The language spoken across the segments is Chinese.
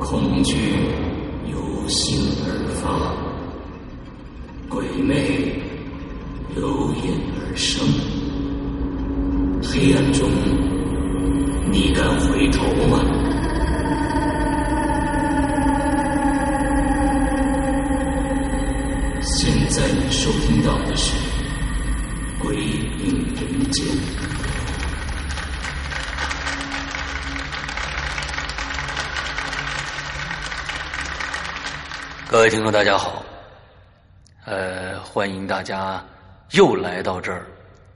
恐惧由心而发，鬼魅由阴而生。黑暗中，你敢回头吗？现在你收听到的是《鬼影人间》。各位听众，大家好，呃，欢迎大家又来到这儿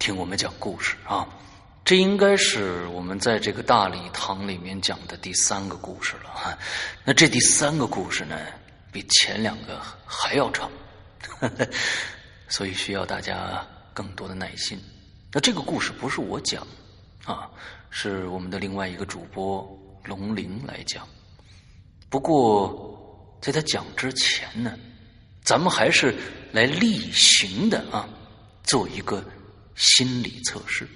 听我们讲故事啊。这应该是我们在这个大礼堂里面讲的第三个故事了哈。那这第三个故事呢，比前两个还要长，所以需要大家更多的耐心。那这个故事不是我讲啊，是我们的另外一个主播龙鳞来讲。不过在他讲之前呢，咱们还是来例行的啊，做一个心理测试。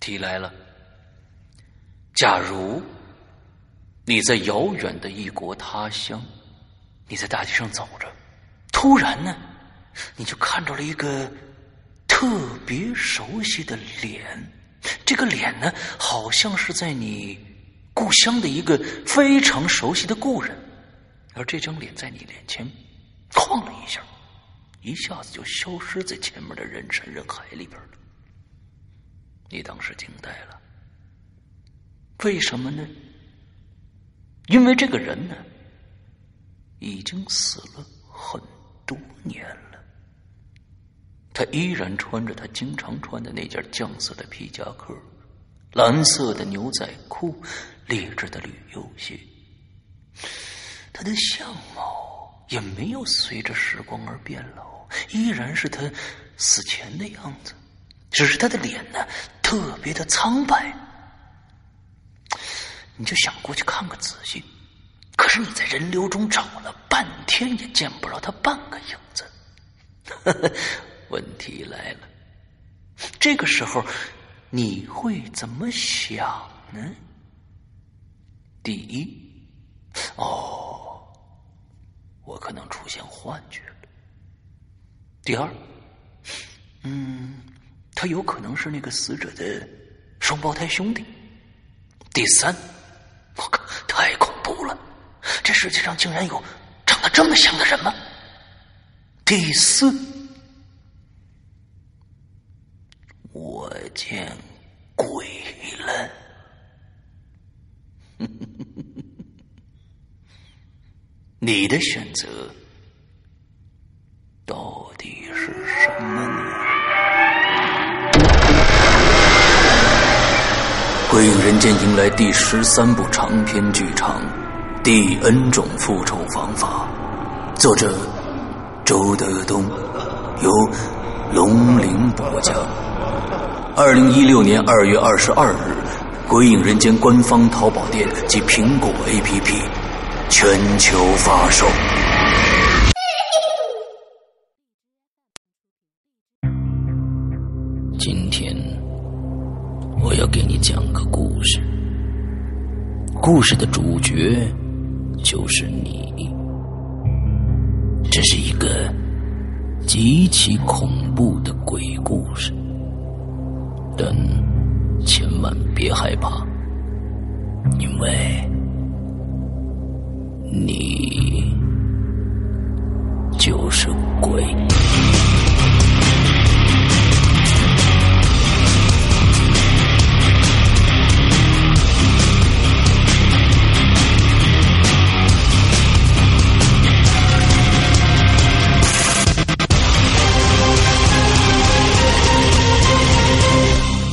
题来了，假如你在遥远的异国他乡，你在大街上走着，突然呢，你就看到了一个特别熟悉的脸，这个脸呢，好像是在你故乡的一个非常熟悉的故人，而这张脸在你脸前晃了一下，一下子就消失在前面的人山人海里边了。你当时惊呆了，为什么呢？因为这个人呢，已经死了很多年了，他依然穿着他经常穿的那件酱色的皮夹克，蓝色的牛仔裤，劣质的旅游鞋，他的相貌也没有随着时光而变老，依然是他死前的样子。只是他的脸呢特别的苍白，你就想过去看个仔细，可是你在人流中找了半天也见不着他半个影子。 问题来了，这个时候你会怎么想呢？第一，哦，我可能出现幻觉了。第二，嗯。他有可能是那个死者的双胞胎兄弟。第三，我靠，太恐怖了！这世界上竟然有长得这么像的人吗？第四，我见鬼了！ 你的选择到底是什么呢？《鬼影人间》迎来第十三部长篇剧场《第 N 种复仇方法》，作者周德东，由龙鳞播讲。二零一六年二月二十二日，《鬼影人间》官方淘宝店及苹果 APP 全球发售。今天。我要给你讲个故事，故事的主角就是你。这是一个极其恐怖的鬼故事，但千万别害怕，因为你就是鬼。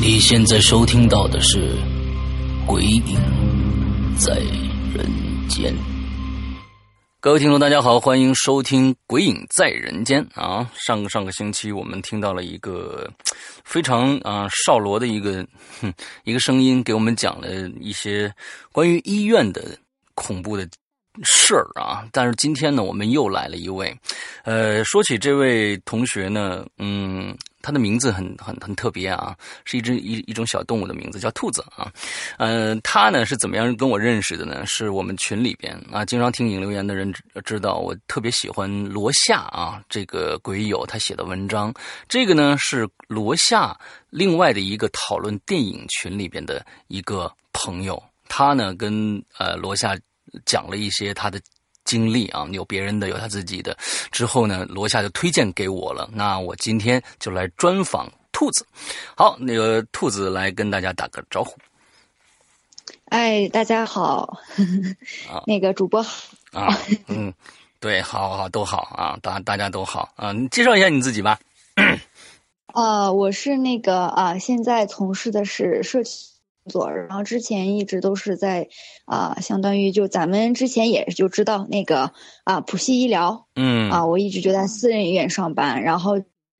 你现在收听到的是《鬼影在人间》。各位听众，大家好，欢迎收听《鬼影在人间》啊！上个上个星期，我们听到了一个非常啊少罗的一个 哼一个声音，给我们讲了一些关于医院的恐怖的事儿啊。但是今天呢，我们又来了一位，呃，说起这位同学呢，嗯，它的名字很很很特别啊，是一只一一种小动物的名字，叫兔子啊。呃，它呢是怎么样跟我认识的呢？是我们群里边啊，经常听影留言的人知知道，我特别喜欢罗夏啊这个鬼友他写的文章。这个呢是罗夏另外的一个讨论电影群里边的一个朋友，他呢跟呃罗夏讲了一些他的。经历啊，有别人的，有他自己的。之后呢，罗夏就推荐给我了。那我今天就来专访兔子。好，那个兔子来跟大家打个招呼。哎，大家好，啊 那个主播好，啊，嗯，对，好好都好啊，大大家都好啊。你介绍一下你自己吧。呃，我是那个啊、现在从事的是社区工作，然后之前一直都是在啊、相当于就咱们之前也就知道那个啊、普系医疗嗯啊、我一直就在私人医院上班，然后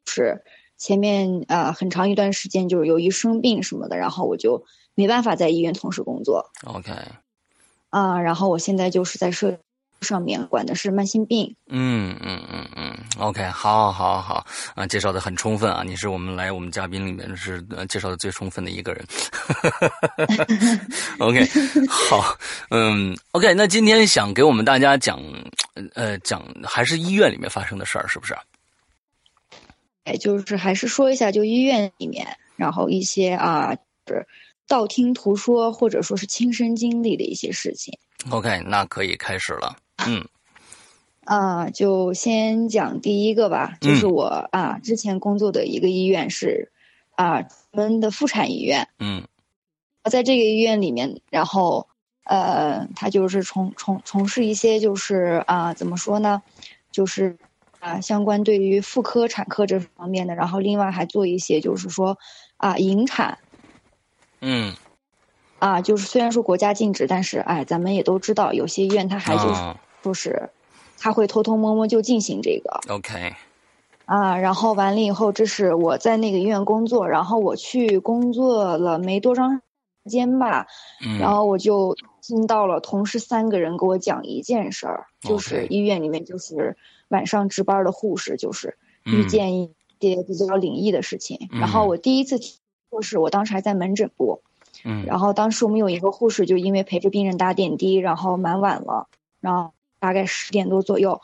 是前面呃很长一段时间就是由于生病什么的，然后我就没办法在医院从事工作，OK，啊、然后我现在就是在社上面管的是慢性病，嗯嗯嗯嗯，OK，好，好，好，啊，介绍的很充分啊，你是我们来我们嘉宾里面是、呃、介绍的最充分的一个人。OK，好，嗯，OK，那今天想给我们大家讲，呃，讲还是医院里面发生的事儿，是不是？哎，就是还是说一下，就医院里面，然后一些啊，就是道听途说或者说是亲身经历的一些事情。 OK，那可以开始了。嗯啊，就先讲第一个吧，就是嗯我啊之前工作的一个医院是啊我们的妇产医院，嗯在这个医院里面，然后呃，他就是从从从事一些就是啊怎么说呢，就是啊相关对于妇科、产科这方面的，然后另外还做一些就是说啊引产。嗯，啊，就是虽然说国家禁止，但是哎，咱们也都知道，有些医院它还就是啊说是，他会偷偷摸摸就进行这个 OK，啊。然后完了以后，这是我在那个医院工作，然后我去工作了没多长时间吧，嗯，然后我就听到了同事三个人给我讲一件事儿，就 OK 是医院里面就是晚上值班的护士就是遇嗯见一些比较灵异的事情，然后嗯我第一次听说是我当时还在门诊部。嗯然后当时我们有一个护士，就因为陪着病人打点滴，然后蛮晚了，然后大概十点多左右，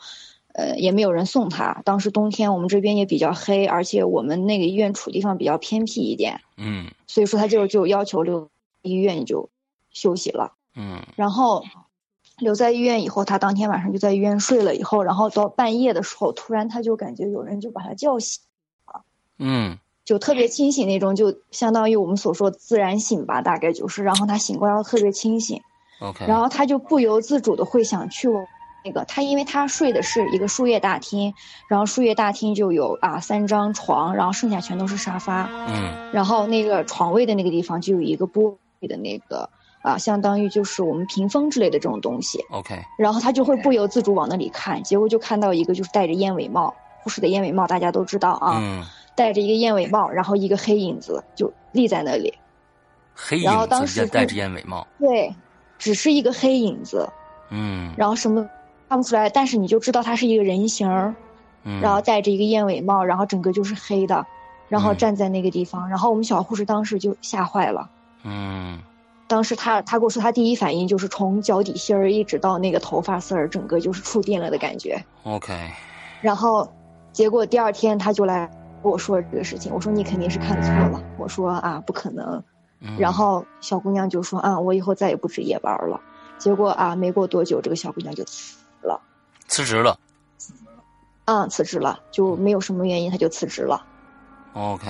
呃，也没有人送她。当时冬天我们这边也比较黑，而且我们那个医院处地方比较偏僻一点，嗯所以说她就就要求留医院就休息了。嗯然后留在医院以后，她当天晚上就在医院睡了以后，然后到半夜的时候，突然她就感觉有人就把她叫醒。嗯就特别清醒那种，就相当于我们所说的自然醒吧，大概就是。然后她醒过来后特别清醒， ，OK，然后他就不由自主的会想去我那个他，因为他睡的是一个树叶大厅，然后树叶大厅就有啊三张床，然后剩下全都是沙发，嗯然后那个床位的那个地方就有一个玻璃的那个啊，相当于就是我们屏风之类的这种东西， OK，然后他就会不由自主往那里看，结果就看到一个就是戴着燕尾帽护士的燕尾帽，大家都知道啊，嗯，戴着一个燕尾帽，然后一个黑影子就立在那里，黑然后影当子时戴是着燕尾帽，对，只是一个黑影子，嗯然后什么看不出来，但是你就知道他是一个人形儿，嗯，然后戴着一个燕尾帽，然后整个就是黑的，然后嗯站在那个地方，然后我们小护士当时就吓坏了。嗯当时他他跟我说，他第一反应就是从脚底心儿一直到那个头发丝儿，整个就是触电了的感觉。 OK，然后，结果第二天他就来跟我说这个事情，我说你肯定是看错了，我说啊不可能，嗯然后小姑娘就说啊我以后再也不值夜班了。结果啊没过多久，这个小姑娘就辞了。辞职了啊，辞职了，就没有什么原因，他就辞职了。 ，OK，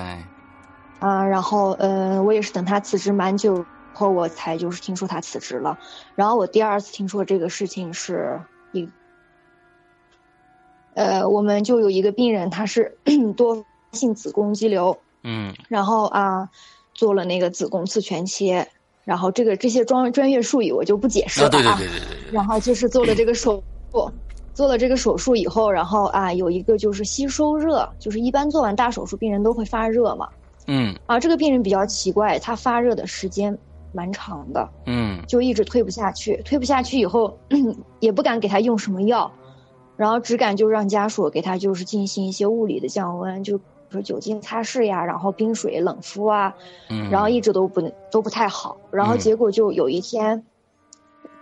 啊，然后呃，我也是等他辞职蛮久后，我才就是听说他辞职了。然后我第二次听说这个事情是一，呃，我们就有一个病人，他是 多性子宫肌瘤，嗯然后啊，做了那个子宫次全切，然后这个这些专专业术语我就不解释了啊，啊。对对对对对对，然后就是做了这个手术，做了这个手术以后，然后啊，有一个就是吸收热，就是一般做完大手术病人都会发热嘛。嗯啊，这个病人比较奇怪，他发热的时间蛮长的，嗯就一直退不下去，退不下去以后也不敢给他用什么药，然后只敢就让家属给他就是进行一些物理的降温，就说酒精擦拭呀，然后冰水冷敷啊，嗯，然后一直都不都不太好。然后嗯结果就有一天，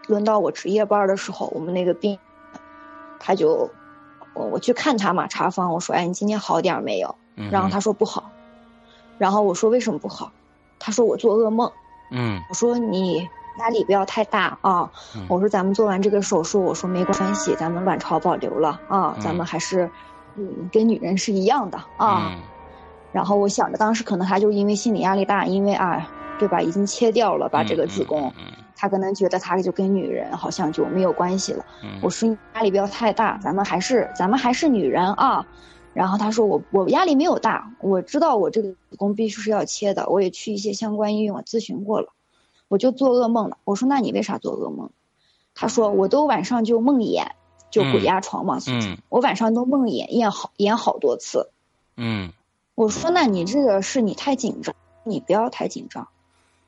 轮到我值夜班的时候，我们那个病，他就我我去看他嘛，查房，我说哎，你今天好点儿没有？嗯然后他说不好，然后我说为什么不好？他说我做噩梦。嗯我说你压力不要太大啊嗯，我说咱们做完这个手术，我说没关系，咱们卵巢保留了啊嗯，咱们还是嗯跟女人是一样的啊。嗯然后我想着当时可能他就是因为心理压力大，因为啊对吧，已经切掉了吧这个子宫，嗯嗯他可能觉得他就跟女人好像就没有关系了。嗯我说你压力不要太大，咱们还是咱们还是女人啊。然后他说我我压力没有大，我知道我这个子宫必须是要切的，我也去一些相关医院我咨询过了，我就做噩梦了。我说那你为啥做噩梦？他说我都晚上就梦魇，就鬼压床嘛，嗯我晚上都梦魇，演好演好多次。嗯我说那你这个是你太紧张，你不要太紧张。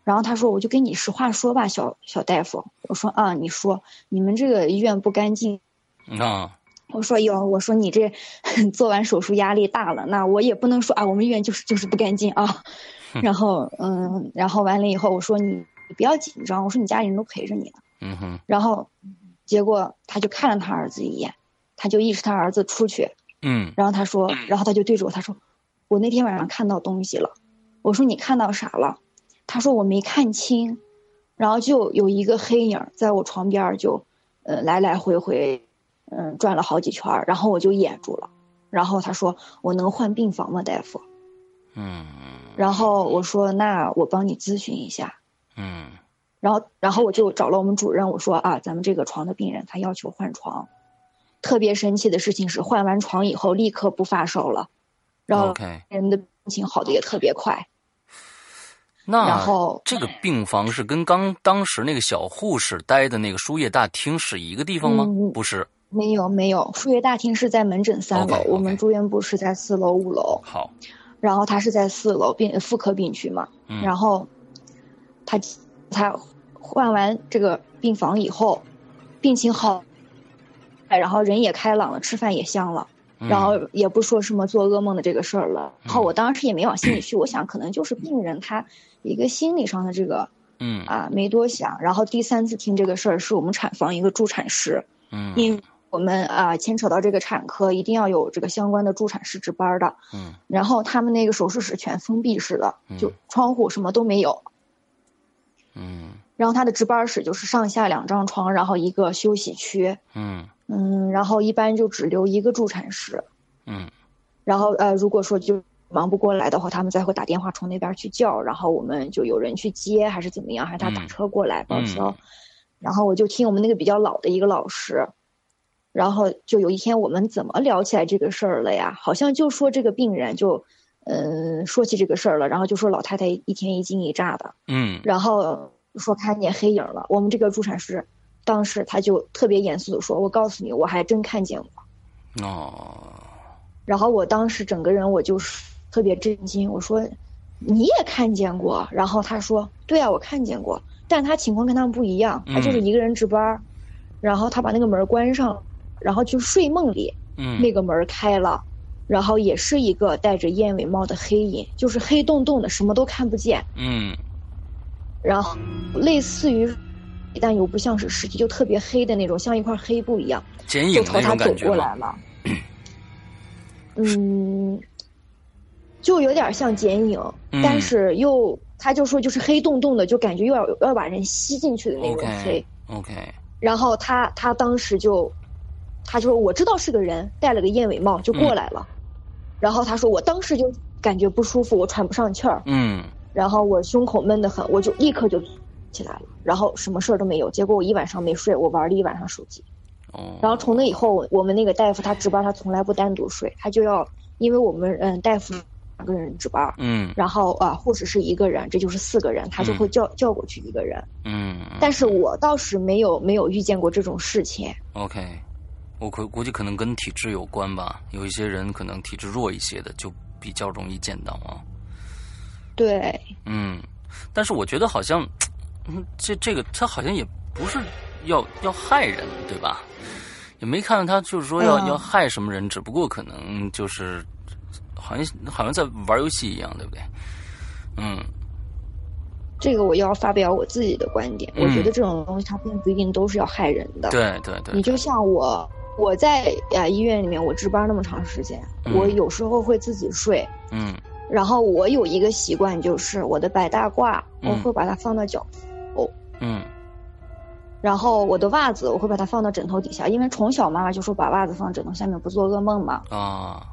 然后他说我就跟你实话说吧，小小大夫。我说啊，你说你们这个医院不干净，嗯啊我说有，我说你这 做完手术压力大了，那我也不能说啊，我们医院就是就是不干净啊。 然后嗯，然后完了以后，我说你你不要紧张，我说你家里人都陪着你呢。嗯哼然后结果他就看了他儿子一眼，他就意识他儿子出去，嗯然后他说，然后他就对着我他说，我那天晚上看到东西了。我说你看到啥了？他说我没看清，然后就有一个黑影儿在我床边儿就，呃来来回回，嗯转了好几圈儿，然后我就噎住了。然后他说我能换病房吗，大夫？嗯然后我说那我帮你咨询一下。嗯然后然后我就找了我们主任，我说啊，咱们这个床的病人他要求换床，特别神奇的事情是换完床以后立刻不发烧了，然后 OK，人的病情好的也特别快。那然后这个病房是跟刚当时那个小护士待的那个输液大厅是一个地方吗？嗯不是，没有没有，输液大厅是在门诊三楼 OK，OK 我们住院部是在四楼五楼，好，然后他是在四楼病妇科病区嘛，嗯然后他他换完这个病房以后，病情好，哎，然后人也开朗了，吃饭也香了。嗯然后也不说什么做噩梦的这个事儿了。然后我当时也没往心里去，我想可能就是病人他一个心理上的这个嗯啊没多想。然后第三次听这个事儿是我们产房一个助产师，嗯因为我们啊牵扯到这个产科，一定要有这个相关的助产师值班的。嗯然后他们那个手术室全封闭式的，就嗯窗户什么都没有。嗯然后他的值班室就是上下两张床，然后一个休息区，嗯嗯，然后一般就只留一个助产师。嗯然后呃，如果说就忙不过来的话，他们再会打电话从那边去叫，然后我们就有人去接，还是怎么样，还是他打嗯车过来报销。嗯然后我就听我们那个比较老的一个老师，然后就有一天我们怎么聊起来这个事儿了呀？好像就说这个病人就，嗯，说起这个事儿了，然后就说老太太一天一惊一乍的，嗯然后说看见黑影了。我们这个助产师当时他就特别严肃的说：“我告诉你，我还真看见过。”哦，然后我当时整个人我就是特别震惊，我说你也看见过？然后他说对啊，我看见过，但他情况跟他们不一样，他就是嗯一个人值班儿，然后他把那个门关上，然后就睡梦里嗯那个门开了，然后也是一个戴着燕尾帽的黑影，就是黑洞洞的，什么都看不见，嗯然后类似于。但又不像是尸体，就特别黑的那种，像一块黑布一样。剪就影那朝他种走感觉过吗来了。 嗯，就有点像剪影，嗯但是又他就说就是黑洞洞的，就感觉又要要把人吸进去的那种黑。 OK OK，然后他他当时就，他就说我知道是个人，戴了个燕尾帽就嗯过来了。然后他说我当时就感觉不舒服，我喘不上气儿，嗯然后我胸口闷得很，我就立刻就起来了，然后什么事儿都没有。结果我一晚上没睡，我玩了一晚上手机。哦，然后从那以后，我我们那个大夫他值班，他从来不单独睡，他就要因为我们嗯大夫两个人值班，嗯然后啊护士是一个人，这就是四个人，他就会叫、叫过去一个人。嗯，但是我倒是没有没有遇见过这种事情， OK，我估估计可能跟体质有关吧，有一些人可能体质弱一些的就比较容易见到啊。对，嗯，但是我觉得好像，嗯，这这个他好像也不是要要害人，对吧？也没看到他就是说要、嗯要害什么人，只不过可能就是好像好像在玩游戏一样，对不对？嗯，这个我要发表我自己的观点，嗯我觉得这种东西它并不一定都是要害人的。对对对，你就像我，我在呃医院里面我值班那么长时间，嗯我有时候会自己睡，嗯然后我有一个习惯就是我的白大褂嗯我会把它放到脚，嗯然后我的袜子我会把它放到枕头底下，因为从小妈妈就说把袜子放枕头下面不做噩梦嘛。啊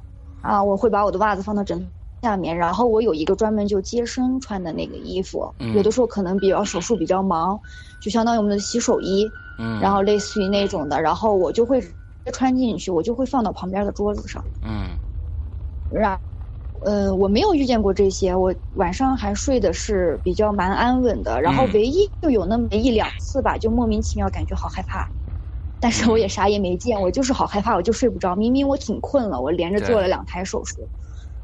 啊，我会把我的袜子放到枕头下面，然后我有一个专门就接生穿的那个衣服，嗯有的时候可能比较手术比较忙，就相当于我们的洗手衣，嗯，然后类似于那种的，然后我就会直接穿进去，我就会放到旁边的桌子上，嗯然。呃，我没有遇见过这些，我晚上还睡的是比较蛮安稳的，然后嗯唯一就有那么一两次吧，就莫名其妙感觉好害怕，但是我也啥也没见，我就是好害怕，我就睡不着。明明我挺困了，我连着对做了两台手术，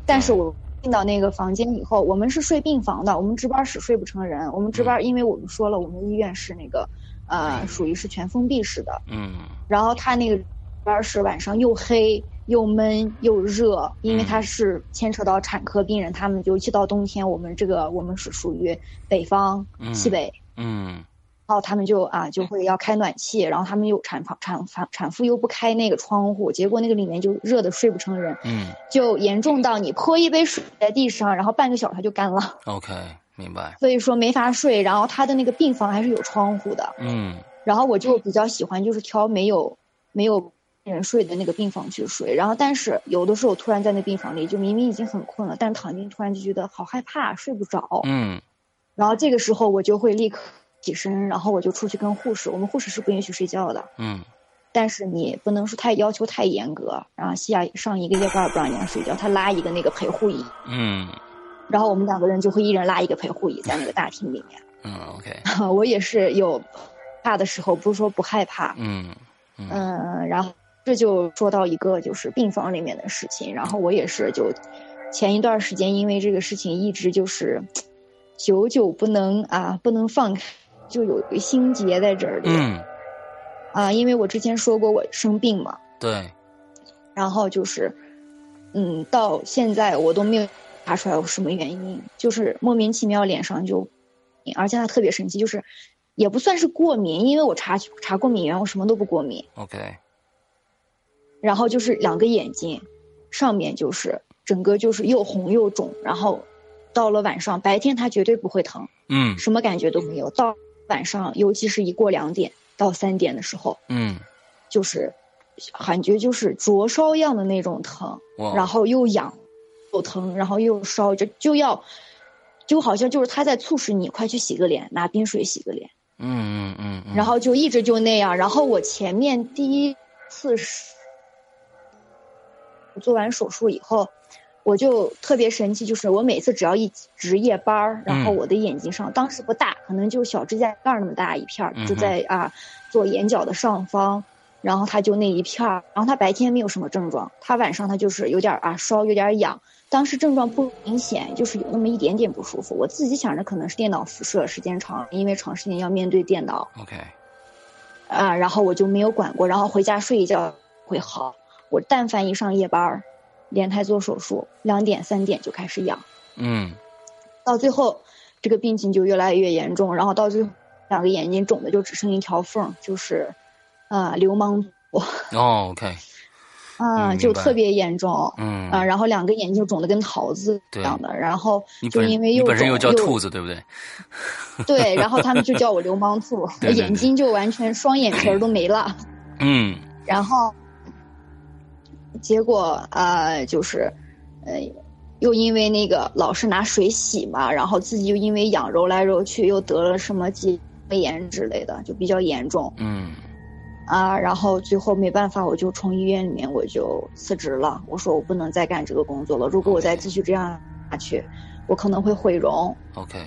但是我进到那个房间以后，我们是睡病房的，我们值班室睡不成人，我们嗯值班，因为我们说了，我们医院是那个，呃，属于是全封闭式的，嗯然后他那个值班室晚上又黑又闷又热，因为嗯他是牵扯到产科病人，他们尤其到冬天，我们这个我们是属于北方嗯西北，嗯然后他们就啊就会要开暖气，然后他们又产房产产产妇又不开那个窗户，结果那个里面就热的睡不成人，嗯就严重到你泼一杯水在地上，然后半个小时它就干了， ，OK，明白。所以说没法睡。然后他的那个病房还是有窗户的，嗯然后我就比较喜欢就是挑没有没有人睡的那个病房去睡。然后但是有的时候突然在那病房里，就明明已经很困了，但躺进去突然就觉得好害怕，睡不着。嗯然后这个时候我就会立刻起身，然后我就出去跟护士，我们护士是不允许睡觉的，嗯但是你不能说太要求太严格，然后下上一个夜班不让人家睡觉，他拉一个那个陪护椅，嗯然后我们两个人就会一人拉一个陪护椅在那个大厅里面。 嗯，OK，我也是有怕的时候，不是说不害怕，嗯嗯嗯，然后这就说到一个就是病房里面的事情，然后我也是就前一段时间因为这个事情一直就是久久不能啊不能放开，就有一个心结在这里、嗯，啊，因为我之前说过我生病嘛，对，然后就是嗯到现在我都没有查出来有什么原因，就是莫名其妙脸上就，而且它特别神奇，就是也不算是过敏，因为我查查过敏源，我什么都不过敏。 OK，然后就是两个眼睛，上面就是整个就是又红又肿，然后到了晚上，白天它绝对不会疼，嗯什么感觉都没有。到晚上，尤其是一过两点到三点的时候，嗯，就是感觉就是灼烧样的那种疼，哇，然后又痒又疼，然后又烧，就就要。就好像就是它在促使你快去洗个脸，拿冰水洗个脸，嗯嗯嗯嗯，然后就一直就那样。然后我前面第一次是做完手术以后，我就特别神奇，就是我每次只要一值夜班儿，然后嗯我的眼睛上、当时不大，可能就小指甲盖儿那么大一片儿嗯，哼就在啊左眼角的上方。然后它就那一片儿，然后它白天没有什么症状，它晚上它就是有点儿啊烧，有点儿痒。当时症状不明显，就是有那么一点点不舒服。我自己想着可能是电脑辐射时间长，因为长时间要面对电脑， OK，啊，然后我就没有管过，然后回家睡一觉会好。我但凡一上夜班儿，连台做手术，两点三点就开始痒，嗯到最后这个病情就越来越严重，然后到最后两个眼睛肿的就只剩一条缝，就是啊、流氓我哦 OK，嗯啊、明就白特别严重啊、嗯然后两个眼睛肿的跟桃子一对样的，然后你就本因为你又本身又肿叫又兔子， 对不对？，对，然后他们就叫我流氓兔对对对眼睛就完全双眼皮儿都没了。嗯然后结果呃，就是呃，又因为那个老是拿水洗嘛，然后自己又因为痒揉来揉去，又得了什么肌肺炎之类的，就比较严重嗯啊。然后最后没办法，我就从医院里面我就辞职了。我说我不能再干这个工作了，如果我再继续这样下去，我可能会毁容。 OK，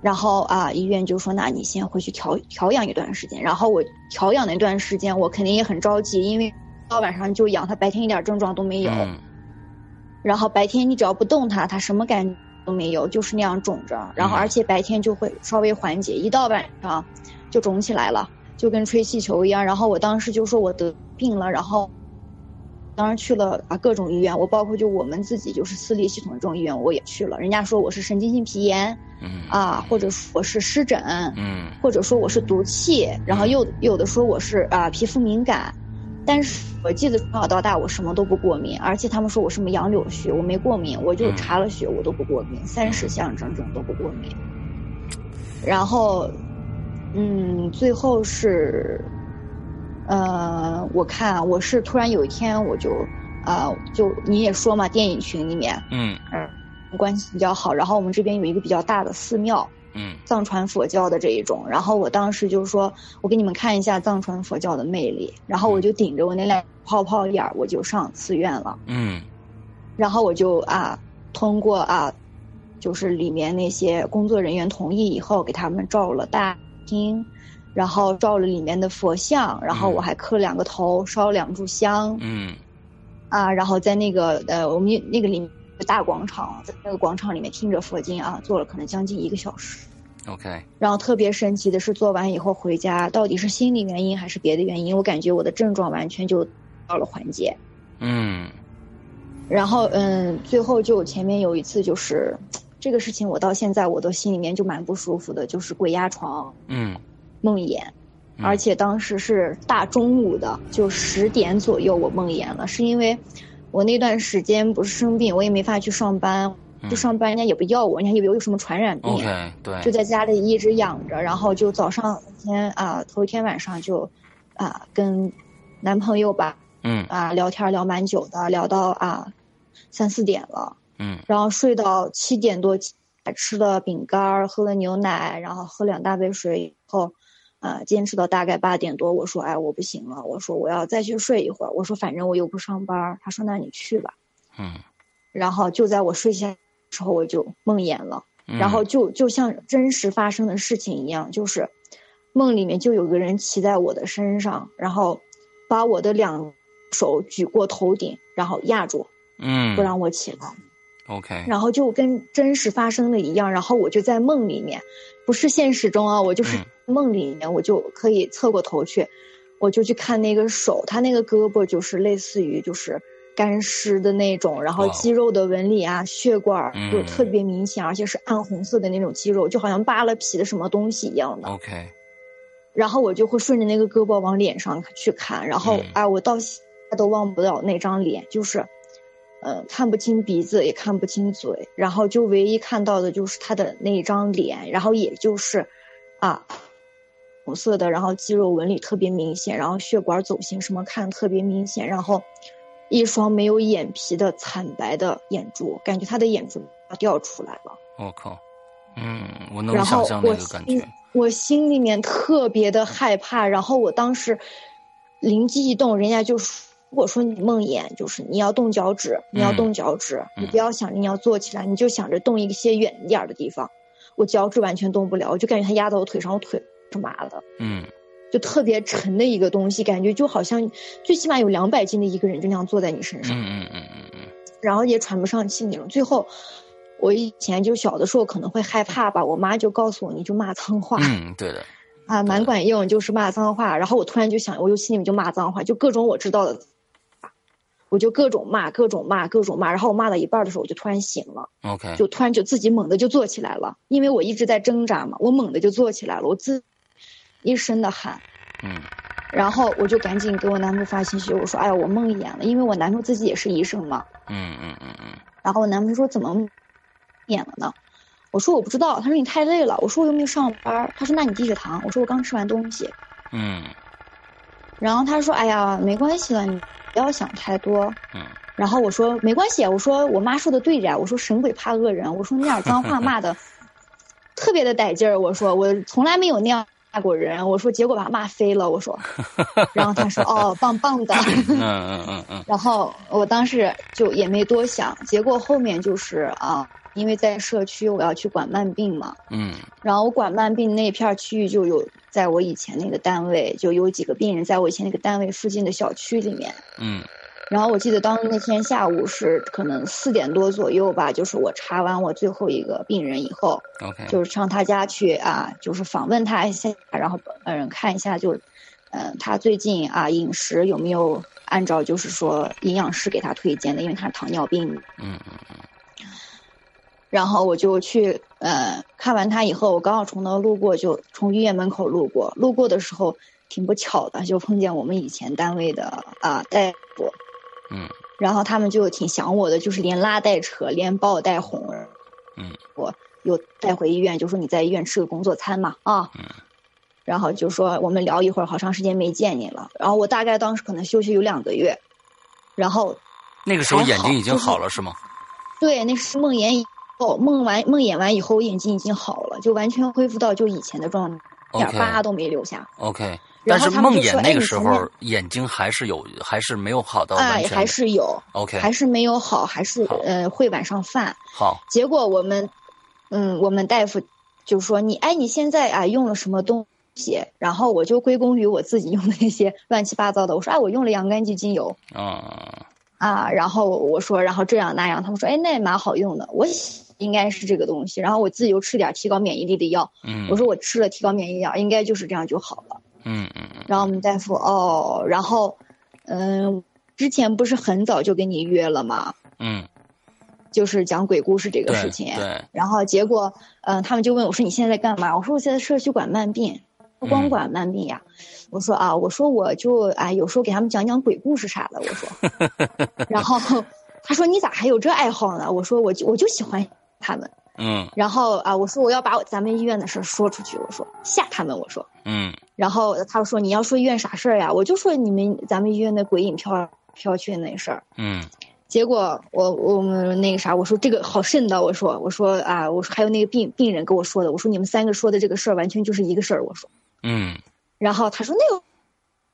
然后啊，医院就说：“那你先回去调调养一段时间。”然后我调养那段时间，我肯定也很着急，因为到晚上就痒，它白天一点症状都没有。嗯然后白天你只要不动它，它什么感觉都没有，就是那样肿着。然后嗯而且白天就会稍微缓解，一到晚上就肿起来了，就跟吹气球一样。然后我当时就说我得病了，然后当然去了啊各种医院，我包括就我们自己就是私立系统的这种医院我也去了，人家说我是神经性皮炎，嗯啊，或者说我是湿疹，嗯或者说我是毒气，然后又有的说我是啊、皮肤敏感，但是我记得从小到大我什么都不过敏，而且他们说我什么杨柳絮，我没过敏，我就嗯查了血我都不过敏，三十项整整都不过敏。然后，嗯，最后是，呃，我看我是突然有一天我就，啊、就你也说嘛，电影群里面，嗯嗯，关系比较好，然后我们这边有一个比较大的寺庙，嗯藏传佛教的这一种。然后我当时就说，我给你们看一下藏传佛教的魅力。嗯然后我就顶着我那俩泡泡眼儿，我就上寺院了。嗯然后我就啊，通过啊，就是里面那些工作人员同意以后，给他们照了大厅。然后照了里面的佛像，然后嗯我还磕两个头，烧两炷香，嗯啊，然后在那个呃，我们那个里面大广场，在那个广场里面听着佛经啊，坐了可能将近一个小时。 ，OK，然后特别神奇的是，做完以后回家，到底是心理原因还是别的原因，我感觉我的症状完全就到了缓解。嗯然后，嗯，最后就前面有一次就是，这个事情我到现在我都心里面就蛮不舒服的，就是鬼压床、嗯梦魇，嗯而且当时是大中午的，就十点左右我梦魇了，是因为我那段时间不是生病，我也没法去上班，嗯就上班人家也不要我，人家以为我有什么传染病。 ，OK，对，就在家里一直养着，然后就早上先啊、头一天晚上就啊、跟男朋友吧嗯啊、聊天聊蛮久的，聊到啊、三四点了，嗯然后睡到七点多起来，吃了饼干儿，喝了牛奶，然后喝两大杯水以后。啊、坚持到大概八点多，我说，哎，我不行了，我说我要再去睡一会儿，我说反正我又不上班儿。他说，那你去吧。嗯，然后就在我睡下的时候，我就梦魇了。嗯然后就就像真实发生的事情一样，就是梦里面就有个人骑在我的身上，然后把我的两手举过头顶，然后压住嗯不让我起来， ，OK，然后就跟真实发生的一样，然后我就在梦里面，不是现实中嗯啊，我就是梦里面，我就可以侧过头去，我就去看那个手，他那个胳膊就是类似于就是。干湿的那种，然后哇哦肌肉的纹理啊，血管儿嗯就特别明显，而且是暗红色的那种肌肉，就好像扒了皮的什么东西一样的。 OK，然后我就会顺着那个胳膊往脸上去看，然后嗯哎，我到现在都忘不了那张脸，就是，呃，看不清鼻子，也看不清嘴，然后就唯一看到的就是他的那一张脸，然后也就是，啊，红色的，然后肌肉纹理特别明显，然后血管走形什么看特别明显，然后一双没有眼皮的惨白的眼珠，感觉他的眼珠要掉出来了。我靠，嗯，我能然想后象那我个感心觉，我心里面特别的害怕。然后我当时灵机一动，人家就说：“我说你梦魇就是你要动脚趾，嗯你要动脚趾，你不要想着你要坐起来，你就想着动一些远一点儿的地方。”我脚趾完全动不了，我就感觉它压到我腿上，我腿是麻的，嗯就特别沉的一个东西，感觉就好像最起码有两百斤的一个人就那样坐在你身嗯上。嗯嗯嗯嗯然后也喘不上气那种。最后，我以前就小的时候可能会害怕吧，我妈就告诉我，你就骂脏话、嗯，对的，啊，蛮管用，就是骂脏话。然后我突然就想，我就心里面就骂脏话，就各种我知道的，我就各种骂，各种骂，各种骂。然后我骂到一半的时候，我就突然醒了， OK，就突然就自己猛地就坐起来了，因为我一直在挣扎嘛，我猛地就坐起来了，我自一身的汗。嗯然后我就赶紧给我男朋友发信息，我说：“哎呀，我梦魇了，因为我男朋友自己也是医生嘛。”嗯嗯嗯嗯然后我男朋友说怎么演了呢？我说我不知道。他说你太累了。我说我又没有上班儿。他说那你低血糖。我说我刚吃完东西。嗯然后他说哎呀没关系了，你不要想太多。嗯然后我说没关系，啊我说我妈说的对着呀，我说神鬼怕恶人，我说那点脏话骂的特别的带劲儿，我说我从来没有那样骂过人，我说结果把他骂飞了，我说。然后他说哦棒棒的。嗯嗯嗯嗯然后我当时就也没多想，结果后面就是啊，因为在社区我要去管慢病嘛，嗯然后我管慢病那片儿区域就有在我以前那个单位就有几个病人在我以前那个单位附近的小区里面。嗯然后我记得当那天下午是可能四点多左右吧，就是我查完我最后一个病人以后， ，OK，就是上他家去啊，就是访问呃他一下，然后嗯看一下就，嗯、他最近啊饮食有没有按照就是说营养师给他推荐的，因为他是糖尿病。嗯嗯然后我就去呃看完他以后，我刚好从那路过，就从医院门口路过，路过的时候挺不巧的，就碰见我们以前单位的啊、大夫，嗯然后他们就挺想我的，就是连拉带扯，连抱带哄，嗯，我又带回医院，就说你在医院吃个工作餐嘛啊，嗯然后就说我们聊一会儿，好长时间没见你了，然后我大概当时可能休息有两个月，然后那个时候还眼好睛已经就是好了是吗？对，那是梦魇以后，梦完梦魇完以后，我眼睛已经好了，就完全恢复到就以前的状态，一点 OK 疤都没留下。 OK，但然是后他梦们就说魇那哎个你时前候面眼睛还是有，还是没有好到哦完哎，全的。还是有， OK，还是没有好，还是好呃会晚上犯。好，结果我们，嗯，我们大夫就说你哎你现在啊用了什么东西？然后我就归功于我自己用的那些乱七八糟的，我说啊我用了洋甘菊精油。嗯，啊，然后我说，然后这样那样，他们说，哎，那也蛮好用的，我想应该是这个东西。然后我自己又吃点提高免疫力的药，嗯，我说我吃了提高免疫力药，应该就是这样就好了。嗯嗯嗯然后我们大夫哦，然后，嗯，之前不是很早就跟你约了吗？嗯，就是讲鬼故事这个对事情。对，然后结果，嗯、他们就问我说你现在在干嘛？我说我现在社区管慢病，不光嗯管慢病呀。我说啊，我说我就啊，有时候给他们讲讲鬼故事啥的。我说，然后他说你咋还有这爱好呢？我说我就我就喜欢他们。嗯然后啊，我说我要把我咱们医院的事儿说出去。我说吓他们。我说，嗯然后他说你要说医院啥事儿呀？我就说你们咱们医院的鬼影飘飘去那事儿。嗯结果我我们那个啥，我说这个好瘆的，我说我说啊，我说还有那个病病人跟我说的，我说你们三个说的这个事儿完全就是一个事儿，我说。嗯，然后他说那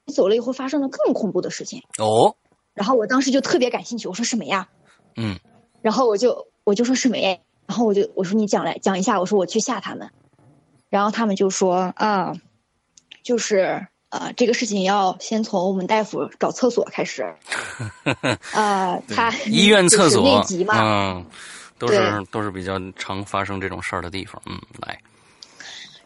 个走了以后发生了更恐怖的事情，哦，然后我当时就特别感兴趣，我说什么呀？嗯然后我就我就说什么呀？然后我就我说你讲来讲一下，我说我去吓他们，然后他们就说啊，就是呃这个事情要先从我们大夫找厕所开始，啊、他医院就厕是所内急嘛，嗯，都是都是比较常发生这种事儿的地方。嗯，来，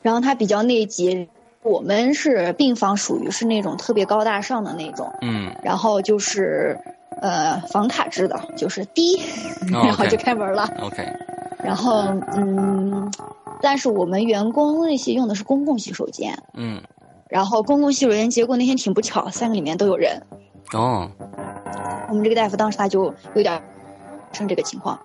然后它比较内急。我们是病房，属于是那种特别高大上的那种，嗯然后就是呃房卡制的，就是滴， 然后 OK 就开门了。 ，OK，然后嗯，但是我们员工那些用的是公共洗手间，嗯，然后公共洗手间结果那天挺不巧，三个里面都有人。哦，我们这个大夫当时他就有点生这个情况，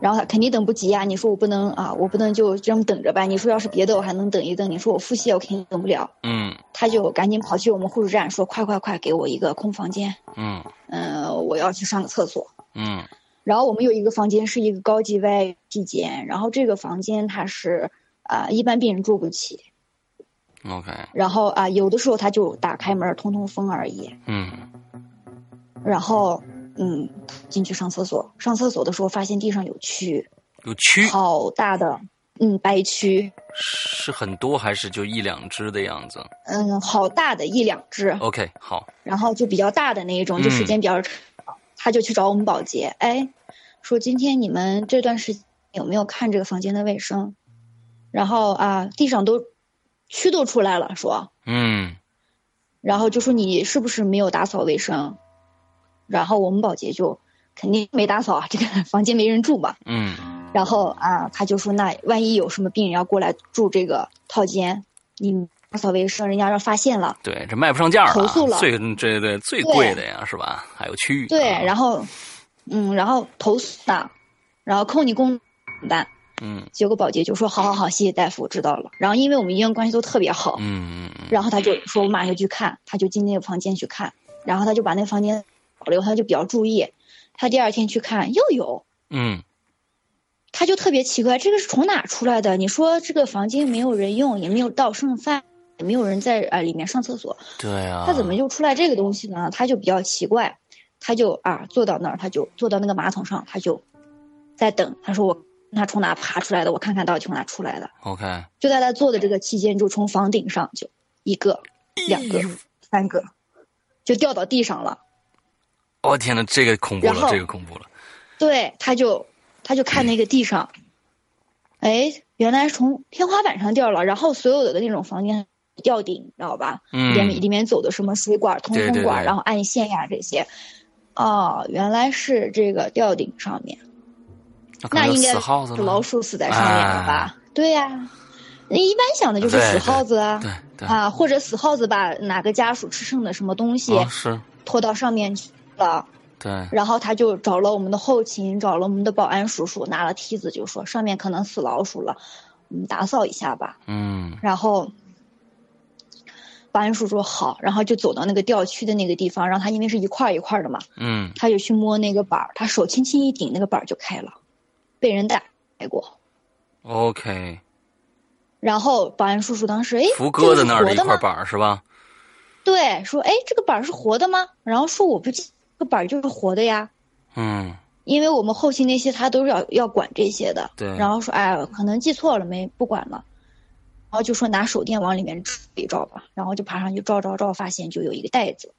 然后他肯定等不及呀、你说我不能啊，我不能就这么等着吧？你说要是别的我还能等一等，你说我腹泻我肯定等不了。嗯他就赶紧跑去我们护士站说：“快快快，给我一个空房间，嗯嗯、我要去上个厕所。嗯”然后我们有一个房间是一个高级 VIP 间，然后这个房间它是啊、呃一般病人住不起， ，OK，然后啊、有的时候他就打开门通通风而已。嗯然后嗯进去上厕所，上厕所的时候发现地上有蛆，有蛆好大的嗯白蛆，是很多还是就一两只的样子嗯好大的一两只， ？OK，好，然后就比较大的那一种，就时间比较长，他就去找我们保洁，哎，说今天你们这段时间有没有看这个房间的卫生？然后啊，地上都蛆都出来了，说，嗯然后就说你是不是没有打扫卫生？然后我们保洁就肯定没打扫啊，这个 房间没人住嘛。嗯然后啊，他就说那万一有什么病人要过来住这个套间，你打扫卫生，人家要发现了，对，这卖不上价儿投诉了最这对最对贵的呀，是吧？还有区域，对，啊然后，嗯，然后投诉呢，然后扣你工怎么办？嗯结果保洁就说：“好好好，谢谢大夫，我知道了。”然后因为我们医院关系都特别好，嗯嗯嗯然后他就说：“我马上就去看。”他就进那个房间去看，然后他就把那个房间保留，他就比较注意。他第二天去看又有，嗯他就特别奇怪，这个是从哪出来的？你说这个房间没有人用，也没有倒剩饭，也没有人在啊、呃里面上厕所，对啊，他怎么就出来这个东西呢？他就比较奇怪，他就啊坐到那儿，他就坐到那个马桶上，他就在等。他说我他从哪爬出来的，我看看到底从哪出来的。 OK？就在他坐的这个期间，就从房顶上就一个、两个、三个，就掉到地上了。我、哦天呐，这个恐怖然了，后这个恐怖了。对，他就他就看那个地上，哎，原来是从天花板上掉了，然后所有的那种房间吊顶，你知道吧？嗯里面里面走的什么水管、通对对风管，对然后暗线呀这些。哦，原来是这个吊顶上面，那可那能有应该死耗子捕了。老鼠死在上面了吧？对呀、那一般想的就是对死耗子啊，对对，啊，或者死耗子把哪个家属吃剩的什么东西哦是，拖到上面去了。对，然后他就找了我们的后勤，找了我们的保安叔叔，拿了梯子就说上面可能死老鼠了，我们打扫一下吧。嗯然后保安叔叔好，然后就走到那个吊区的那个地方，然后他因为是一块儿一块儿的嘛，嗯，他就去摸那个板儿，他手轻轻一顶，那个板儿就开了，被人打开过。 OK，然后保安叔叔当时哎，福这哥个在是那儿活的一的块吗？板儿是吧？对，说哎，这个板儿是活的吗？然后说我不记，这个板儿就是活的呀。嗯，因为我们后期那些他都是要要管这些的，对然后说哎，可能记错了，没不管了，然后就说拿手电往里面照一照吧，然后就爬上去照照照，发现就有一个袋子，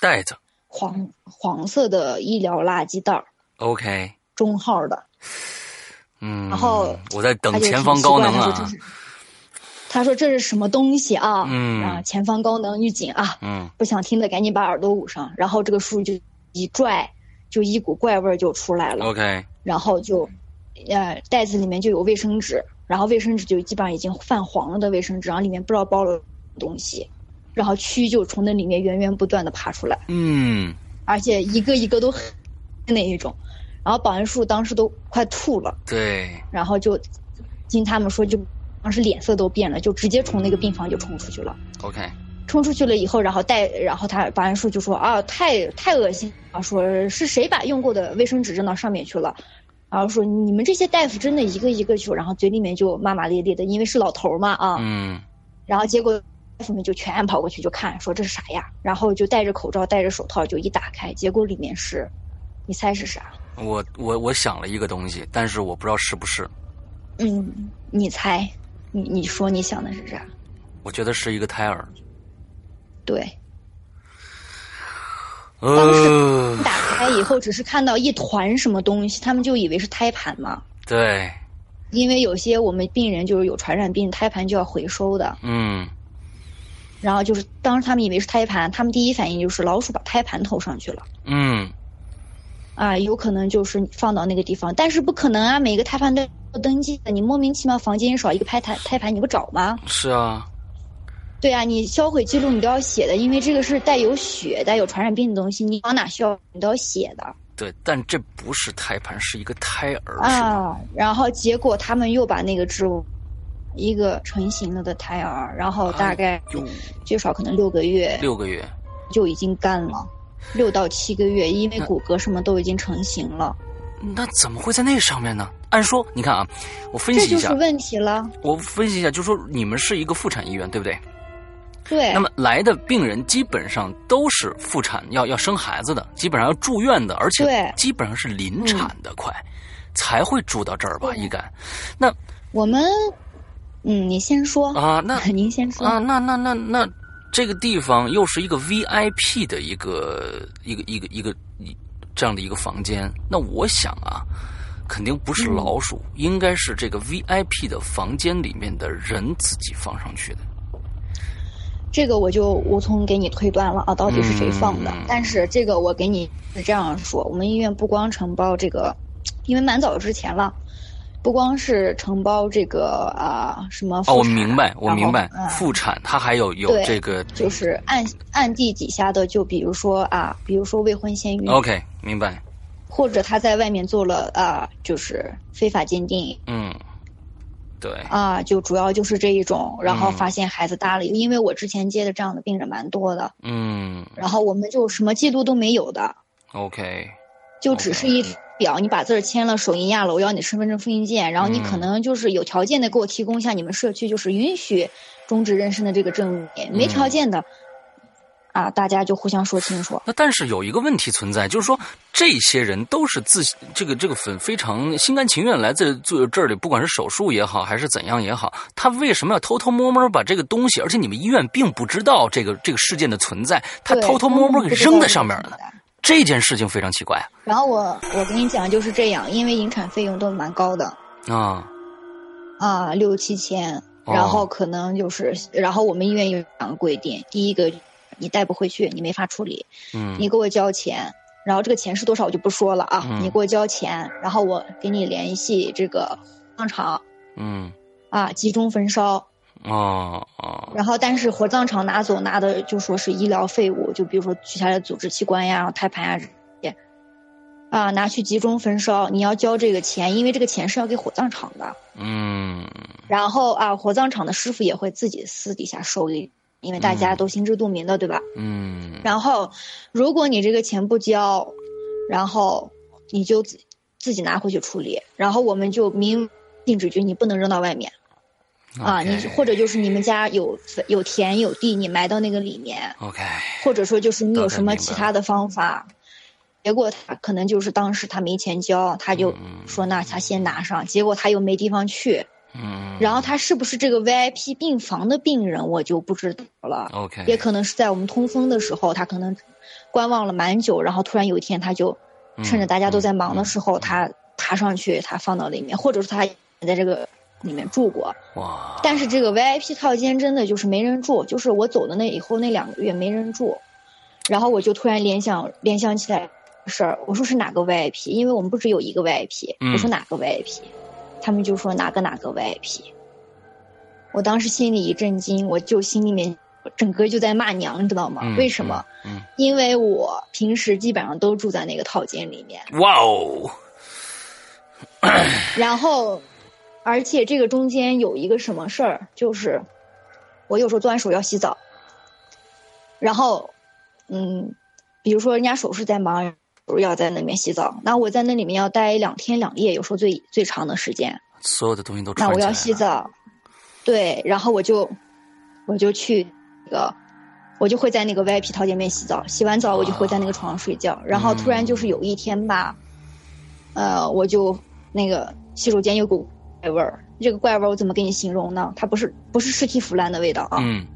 袋子黄黄色的医疗垃圾袋儿， OK，中号的，嗯，然后我在等他就前挺方奇高怪能他说啊这，是他说这是什么东西啊？嗯啊，前方高能预警啊！嗯不想听的赶紧把耳朵捂上，然后这个叔就一拽，就一股怪味儿就出来了。 ，OK，然后就，呃，袋子里面就有卫生纸，然后卫生纸就基本上已经泛黄了的卫生纸，然后里面不知道包了什么东西，然后蛆就从那里面源源不断的爬出来，嗯而且一个一个都很那一种，然后保安叔当时都快吐了，对，然后就听他们说就当时脸色都变了，就直接从那个病房就冲出去了。 OK，冲出去了以后，然后带，然后他保安叔就说啊，太太恶心啊，说是谁把用过的卫生纸扔到上面去了，然后说你们这些大夫真的一个一个去，然后嘴里面就骂骂咧咧的，因为是老头儿嘛啊，嗯然后结果大夫们就全跑过去就看，说这是啥呀，然后就戴着口罩戴着手套就一打开，结果里面是，你猜是啥？我我我想了一个东西，但是我不知道是不是，嗯，你猜，你你说你想的是啥？我觉得是一个胎儿。对，呃，打开以后只是看到一团什么东西，他们就以为是胎盘嘛。对，因为有些我们病人就是有传染病，胎盘就要回收的。嗯然后就是当时他们以为是胎盘，他们第一反应就是老鼠把胎盘投上去了嗯，啊，有可能就是放到那个地方，但是不可能啊，每个胎盘都要登记的，你莫名其妙房间少一个胎盘，胎盘你不找吗？是啊，对啊，你销毁记录你都要写的，因为这个是带有血、带有传染病的东西，你往哪销你都要写的对，但这不是胎盘，是一个胎儿，是吗？啊。然后结果他们又把那个植物，一个成型了的胎儿，然后大概哎呦最少可能六个月，六个月，就已经干了，六到七个月，因为骨骼什么都已经成型了，那怎么会在那上面呢？按说，你看啊，我分这析一就是下，问题了。我分析一下，就说你们是一个妇产医院，对不对？对那，么来的病人基本上都是妇产，要要生孩子的，基本上要住院的，而且对基本上是临产的，快、才会住到这儿嗯吧？一感，那我们，嗯，你先说，啊， 那您先说。啊，那那那那这个地方又是一个 VIP 的一个一个一个一个一这样的一个房间，那我想啊，肯定不是老鼠，嗯应该是这个 VIP 的房间里面的人自己放上去的。这个我就无从给你推断了啊，到底是谁放的？嗯但是这个我给你是这样说，我们医院不光承包这个，因为蛮早之前了。不光是承包这个啊、什么哦，我妇产明白，我然后明白，嗯妇产它还有有对这个就是暗暗地底下的，就比如说啊，比如说未婚先孕 OK，明白，或者他在外面做了啊、就是非法鉴定嗯，对，啊、就主要就是这一种，然后发现孩子搭了一个，因为我之前接的这样的病人蛮多的，嗯然后我们就什么记录都没有的， ，OK，就只是一表，你把字儿签了，手印压了，我要你身份证复印件，然后你可嗯能就是有条件的给我提供一下你们社区就是允许终止妊娠的这个证嗯明，没条件的。啊，大家就互相说清楚。那但是有一个问题存在，就是说这些人都是自这个这个粉非常心甘情愿来自做这里，不管是手术也好，还是怎样也好，他为什么要偷偷摸摸把这个东西？而且你们医院并不知道这个这个事件的存在，他对偷偷摸摸给扔在上面。嗯根本不知道这了个。存在这件事情非常奇怪然后我我跟你讲就是这样，因为引产费用都蛮高的，啊！啊，六七千，哦然后可能就是，然后我们医院有两个规定，第一个你带不回去，你没法处理，嗯你给我交钱，然后这个钱是多少我就不说了啊，嗯你给我交钱，然后我给你联系这个葬场嗯啊，集中焚烧，哦哦然后但是火葬场拿走拿的就说是医疗废物，就比如说取下来的组织器官呀，然后胎盘呀这些，啊，拿去集中焚烧，你要交这个钱，因为这个钱是要给火葬场的。嗯然后啊，火葬场的师傅也会自己私底下收一，因为大家都心知肚明的，对吧？嗯然后，如果你这个钱不交，然后你就自自己拿回去处理，然后我们就明禁止局，你不能扔到外面啊！你 OK 或者就是你们家有有田有地，你埋到那个里面， OK 或者说就是你大有概什么明其白他的方法。结果他可能就是当时他没钱交，他就嗯说那他先拿上，结果他又没地方去，嗯，然后他是不是这个 VIP 病房的病人，我就不知道了。 OK 也可能是在我们通风的时候，他可能观望了蛮久，然后突然有一天，他就趁着大家都在忙的时候，他爬上去，他放到里面，或者说他在这个里面住过。候，哇，但是这个 VIP 套间真的就是没人住，就是我走的那以后那两个月没人住，然后我就突然联想联想起来这事儿，我说是哪个 VIP？因为我们不只有一个 VIP，、嗯我说哪个 VIP，他们就说哪个哪个 VIP。我当时心里一震惊，我就心里面整个就在骂娘，你知道吗？嗯为什么？？嗯，因为我平时基本上都住在那个套间里面，嗯哇哦，然后，而且这个中间有一个什么事儿，就是我有时候做完手要洗澡，然后，嗯，比如说人家手术在忙，手术要在那边洗澡，那我在那里面要待两天两夜，有时候最最长的时间，所有的东西都那串我起来要了洗澡，对，然后我就我就去那个。我就会在那个 VIP 套间面洗澡，洗完澡我就会在那个床上睡觉。然后突然啊就是有一天吧，呃，我就那个洗手间有股怪味儿，这个怪味儿我怎么给你形容呢？它不是不是尸体腐烂的味道啊，嗯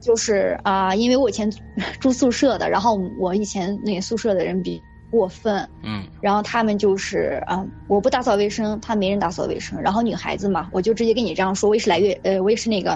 就是啊、因为我以前 住宿舍的，然后我以前那个宿舍的人比过分，嗯然后他们就是啊、我不打扫卫生，他没人打扫卫生。然后女孩子嘛，我就直接跟你这样说，我也是来月呃，我也是那个，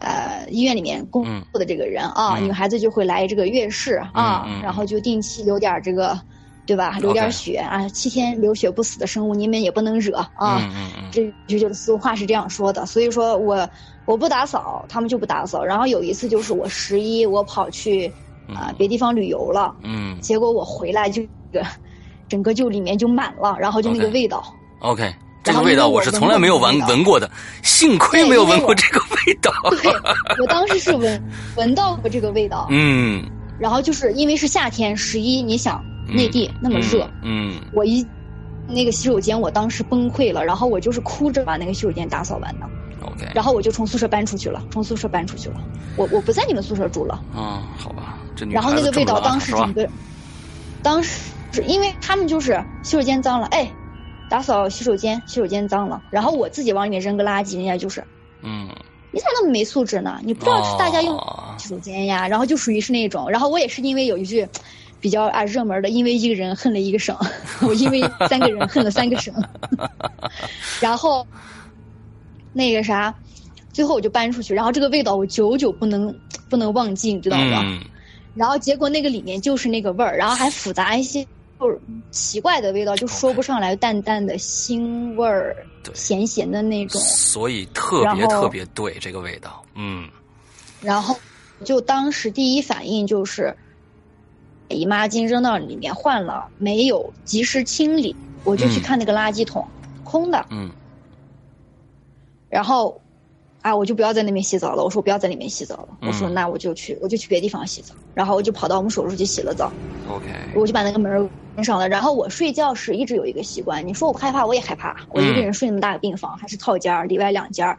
呃，医院里面工作的这个人啊，嗯女孩子就会来这个月事啊，嗯嗯嗯然后就定期流点儿这个，对吧？流点儿 OK 血啊，七天流血不死的生物，你们也不能惹啊。嗯嗯嗯，这这就是俗话是这样说的，所以说我我不打扫，他们就不打扫。然后有一次就是我十一，我跑去啊、嗯别地方旅游了，嗯结果我回来就 这个，整个就里面就满了，然后就那个 OK 味道 OK，这然个后味因为道我是闻从来过没有这个闻味道闻过的，幸亏没有因为闻过我这个味 道。对我当时是闻闻到过这个味道，嗯，然后就是因为是夏天十一，你想嗯内地那么热，，嗯我一那个洗手间我当时崩溃了，然后我就是哭着把那个洗手间打扫完的，嗯，OK，然后我就从宿舍搬出去了，从宿舍搬出去了，我我不在你们宿舍住了。嗯，好吧，这女然后孩那子个这味么啊道懒当时是吧整？个，当时是因为他们就是洗手间脏了，哎，打扫洗手间，洗手间脏了，然后我自己往里面扔个垃圾，人家就是嗯，你咋那么没素质呢？你不知道是大家用哦洗手间呀，然后就属于是那种，然后我也是因为有一句。比较啊热门的，因为一个人恨了一个省， 我因为三个人恨了三个省， 然后那个啥，最后我就搬出去，然后这个味道我久久不能不能忘记，你知道吗？嗯然后结果那个里面就是那个味儿，然后还复杂一些，就是奇怪的味道，就说不上来，淡淡的腥味儿，对咸咸的那种。所以特然别特后别对这个味道，嗯然后就当时第一反应就是，姨妈巾扔到里面换了，没有及时清理，我就去嗯看那个垃圾桶，空的。嗯然后，啊，我就不要在那边洗澡了。我说我不要在里面洗澡了。我说嗯那我就去，我就去别地方洗澡。然后我就跑到我们手术去洗了澡。 ，OK，我就把那个门儿关上了。然后我睡觉时一直有一个习惯，你说我不害怕，我也害怕。我一个嗯人睡那么大个病房，还是套间儿，里外两间儿，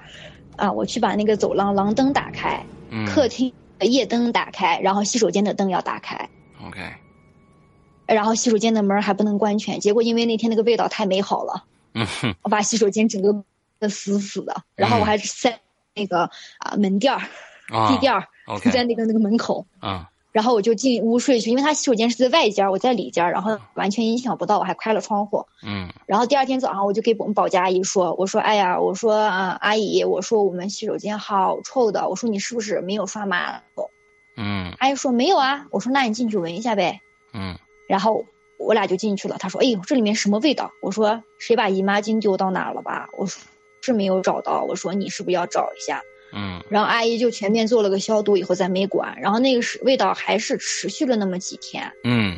啊，我去把那个走廊廊灯打开，嗯客厅的夜灯打开，然后洗手间的灯要打开， ，OK，然后洗手间的门儿还不能关全。结果因为那天那个味道太美好了，嗯哼，我把洗手间整个的死死嗯的，然后我还塞那个啊门垫儿、啊地垫儿，OK，在那个那个门口。啊，然后我就进屋睡去，因为他洗手间是在外间，我在里间，然后完全影响不到，我还开了窗户。嗯然后第二天早上，我就给我们保洁阿姨说：“我说，哎呀，我说啊、阿姨，我说我们洗手间好臭的，我说你是不是没有刷马桶嗯？”阿姨说：“没有啊。”我说：“那你进去闻一下呗。嗯”然后我俩就进去了。她说：“哎呦，这里面什么味道？”我说：“谁把姨妈巾丢到哪儿了吧？”我说：“是没有找到。”我说：“你是不是要找一下？”嗯然后阿姨就全面做了个消毒，以后再没管。然后那个是味道还是持续了那么几天。嗯，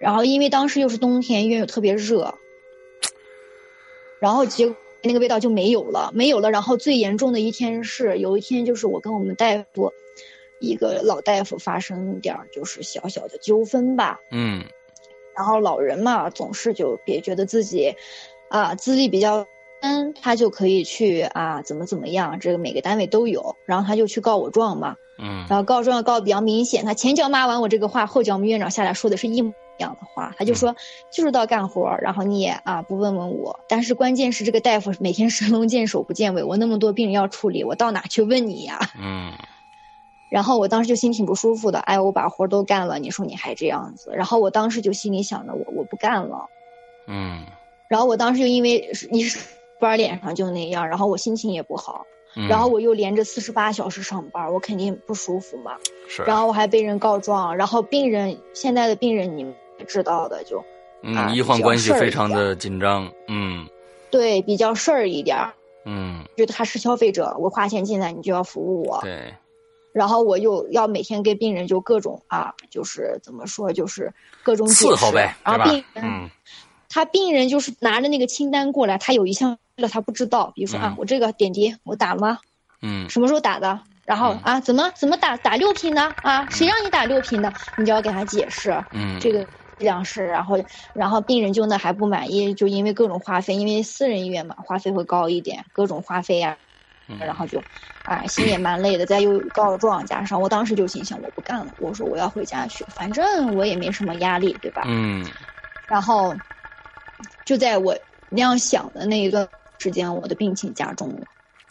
然后因为当时又是冬天，医院又特别热，然后结果那个味道就没有了，没有了。然后最严重的一天是有一天，就是我跟我们大夫，一个老大夫发生点儿就是小小的纠纷吧。嗯然后老人嘛，总是就别觉得自己，啊、资历比较深，他就可以去啊怎么怎么样，这个每个单位都有。然后他就去告我状嘛，嗯然后告状告得比较明显，他前脚骂完我这个话，后脚我们院长下来说的是一模一样的话，他嗯就说就知道干活儿，然后你也啊不问问我，但是关键是这个大夫每天神龙见首不见尾，我那么多病人要处理，我到哪去问你呀？ 嗯然后我当时就心挺不舒服的，哎，我把活儿都干了，你说你还这样子，然后我当时就心里想着我我不干了，嗯然后我当时就因为是 一时班脸上就那样，然后我心情也不好，嗯，然后我又连着四十八小时上班，我肯定不舒服嘛。是，然后我还被人告状，然后病人现在的病人你们也知道的，就嗯，啊医患关系比较事儿非常的紧张，嗯对比较事儿一点儿，嗯，觉得他是消费者，我花钱进来你就要服务我，对，然后我又要每天跟病人就各种啊，就是怎么说，就是各种解伺候释呗，对然后吧病？人、嗯他病人就是拿着那个清单过来，他有一项了他不知道，比如说、嗯啊，我这个点滴我打了吗？嗯什么时候打的？然后、嗯啊，怎么怎么打打六瓶呢？啊，谁让你打六瓶的？你就要给他解释。嗯，这个剂量是，然后然后病人就那还不满意，就因为各种花费，因为私人医院嘛，花费会高一点，各种花费呀、嗯然后就，啊、心也蛮累的，再又告状，加上我当时就心想我不干了，我说我要回家去，反正我也没什么压力，对吧？嗯然后就在我那样想的那一段时间，我的病情加重了，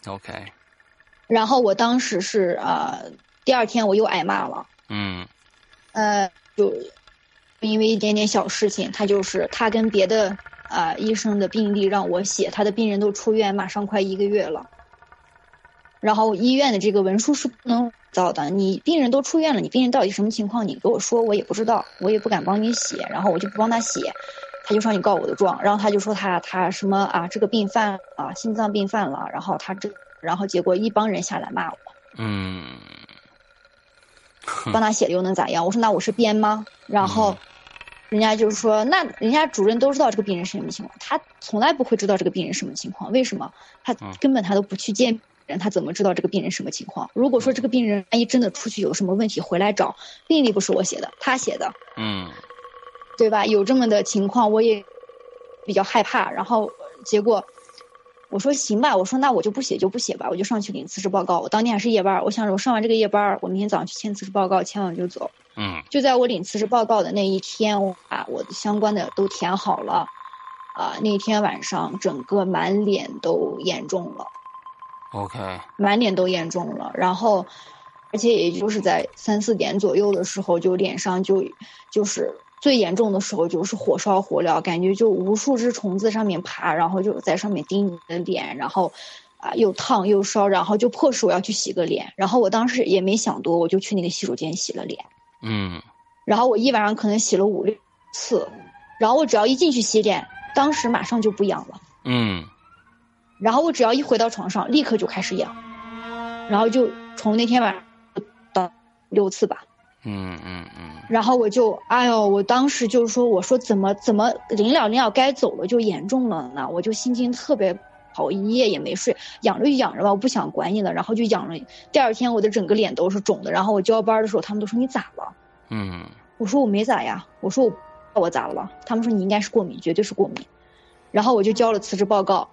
，OK，然后我当时是呃，第二天我又挨骂了。嗯呃，就因为一点点小事情，他就是他跟别的啊、呃医生的病例让我写，他的病人都出院，马上快一个月了。然后医院的这个文书是不能造的，你病人都出院了，你病人到底什么情况，你给我说，我也不知道，我也不敢帮你写，然后我就不帮他写，他就上去告我的状，然后他就说他他什么啊，这个病犯啊，心脏病犯了，然后他这，然后结果一帮人下来骂我，嗯帮他写了又能咋样？我说那我是编吗？然后嗯，人家就是说，那人家主任都知道这个病人什么情况，他从来不会知道这个病人什么情况，为什么？他嗯根本他都不去见人，他怎么知道这个病人什么情况？如果说这个病人万一真的出去有什么问题回来找，病历不是我写的，他写的，嗯对吧？有这么的情况，我也比较害怕。然后结果我说行吧，我说那我就不写就不写吧，我就上去领辞职报告。我当天还是夜班儿，我想着我上完这个夜班儿，我明天早上去签辞职报告，签完我就走。嗯就在我领辞职报告的那一天，我把我的相关的都填好了，啊、那天晚上整个满脸都严重了， ，OK，满脸都严重了，然后，而且也就是在三四点左右的时候，就脸上就就是最严重的时候就是火烧火燎，感觉就无数只虫子上面爬，然后就在上面叮你的脸，然后。啊，又烫又烧，然后就迫使我要去洗个脸，然后我当时也没想多，我就去那个洗手间洗了脸。嗯然后我一晚上可能洗了五六次，然后我只要一进去洗脸，当时马上就不痒了，嗯然后我只要一回到床上，立刻就开始痒，然后就从那天晚上到六次吧，嗯嗯嗯然后我就哎呦，我当时就说我说怎么怎么临了临了该走了就严重了呢，我就心情特别不好。我一夜也没睡，养着就养着吧，我不想管你了，然后就养着。第二天我的整个脸都是肿的，然后我交班的时候，他们都说你咋了？嗯我说我没咋呀，我说我不知道我咋了？他们说你应该是过敏，绝对是过敏。然后我就交了辞职报告，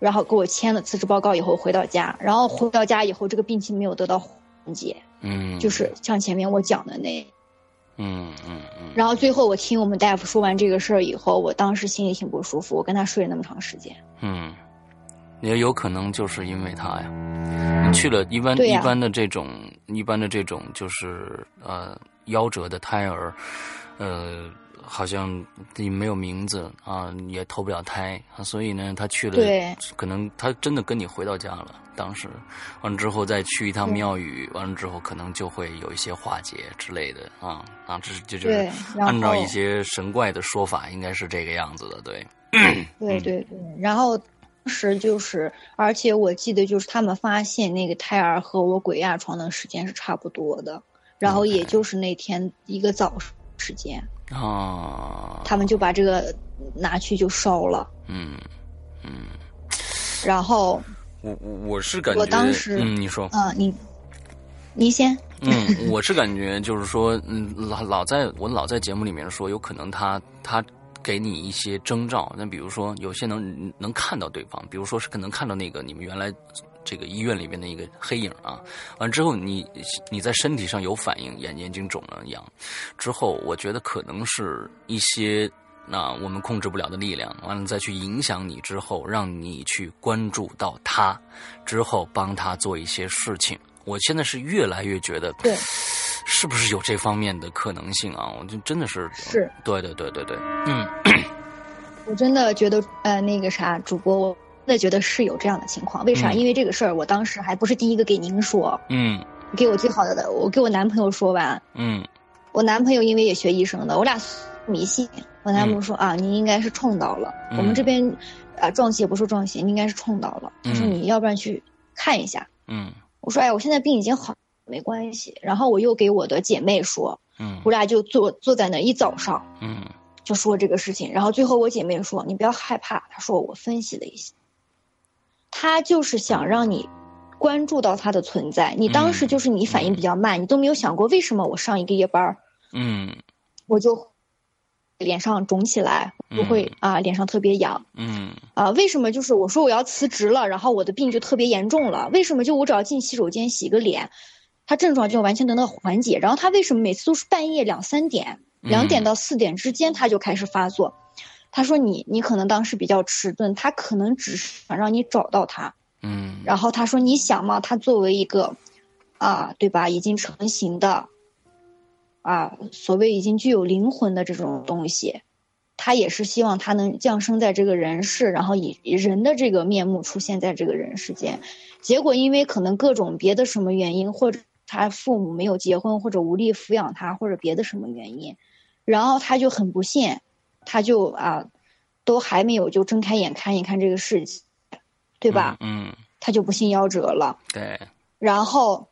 然后给我签了辞职报告以后回到家，然后回到家以后这个病情没有得到缓解，嗯，就是像前面我讲的那。嗯嗯嗯，然后最后我听我们大夫说完这个事儿以后，我当时心里挺不舒服，我跟他睡了那么长时间。嗯也有可能就是因为他呀。你去了一般、嗯对呀一般的这种一般的这种就是呃夭折的胎儿，呃，好像也没有名字啊，也投不了胎啊，所以呢，他去了对，可能他真的跟你回到家了。当时完了之后再去一趟嗯庙宇，完了之后可能就会有一些化解之类的啊啊，这是这就是对然按照后一些神怪的说法，应该是这个样子的，对。对嗯对对，然后当时就是，而且我记得就是他们发现那个胎儿和我鬼压床的时间是差不多的，然后也就是那天一个早上时间，啊，他们就把这个拿去就烧了，嗯嗯，然后我我我是感觉，我当时嗯，你说，嗯、呃你你先嗯， 我是感觉就是说，嗯，老老在我老在节目里面说，有可能他他给你一些征兆，那比如说有些能能看到对方，比如说是可能看到那个你们原来这个医院里面的一个黑影啊，完之后你你在身体上有反应，眼眼睛肿了痒，之后我觉得可能是一些。那我们控制不了的力量，完了再去影响你之后，让你去关注到他，之后帮他做一些事情。我现在是越来越觉得，对，是不是有这方面的可能性啊？我就真的是是对对对对对，嗯我真的觉得，呃，那个啥，主播，我真的觉得是有这样的情况。为啥？嗯因为这个事儿，我当时还不是第一个给您说，嗯给我最好的，我给我男朋友说完，嗯我男朋友因为也学医生的，我俩迷信。我男朋友说、啊，你应该是冲到了，嗯我们这边啊撞邪不说撞邪，你应该是冲到了。他说嗯你要不然去看一下。嗯我说哎，我现在病已经好，没关系。然后我又给我的姐妹说，嗯我俩就坐坐在那一早上。嗯就说这个事情。然后最后我姐妹说：“你不要害怕。”她说：“我分析了一下，她就是想让你关注到她的存在。你当嗯时就是你反应比较慢，你都没有想过为什么我上一个夜班儿嗯我就脸上肿起来，嗯就会啊、脸上特别痒嗯啊、为什么？就是我说我要辞职了，然后我的病就特别严重了。为什么？就我只要进洗手间洗个脸。”他症状就完全得到缓解，然后他为什么每次都是半夜两三点，两点到四点之间，他就开始发作。他说你你可能当时比较迟钝，他可能只是想让你找到他。嗯然后他说你想嘛，他作为一个啊，对吧，已经成型的啊，所谓已经具有灵魂的这种东西，他也是希望他能降生在这个人世，然后以以人的这个面目出现在这个人世间。结果因为可能各种别的什么原因，或者他父母没有结婚，或者无力抚养他，或者别的什么原因，然后他就很不幸，他就啊，都还没有就睁开眼看一看这个世界，对吧？嗯嗯他就不幸夭折了。对然后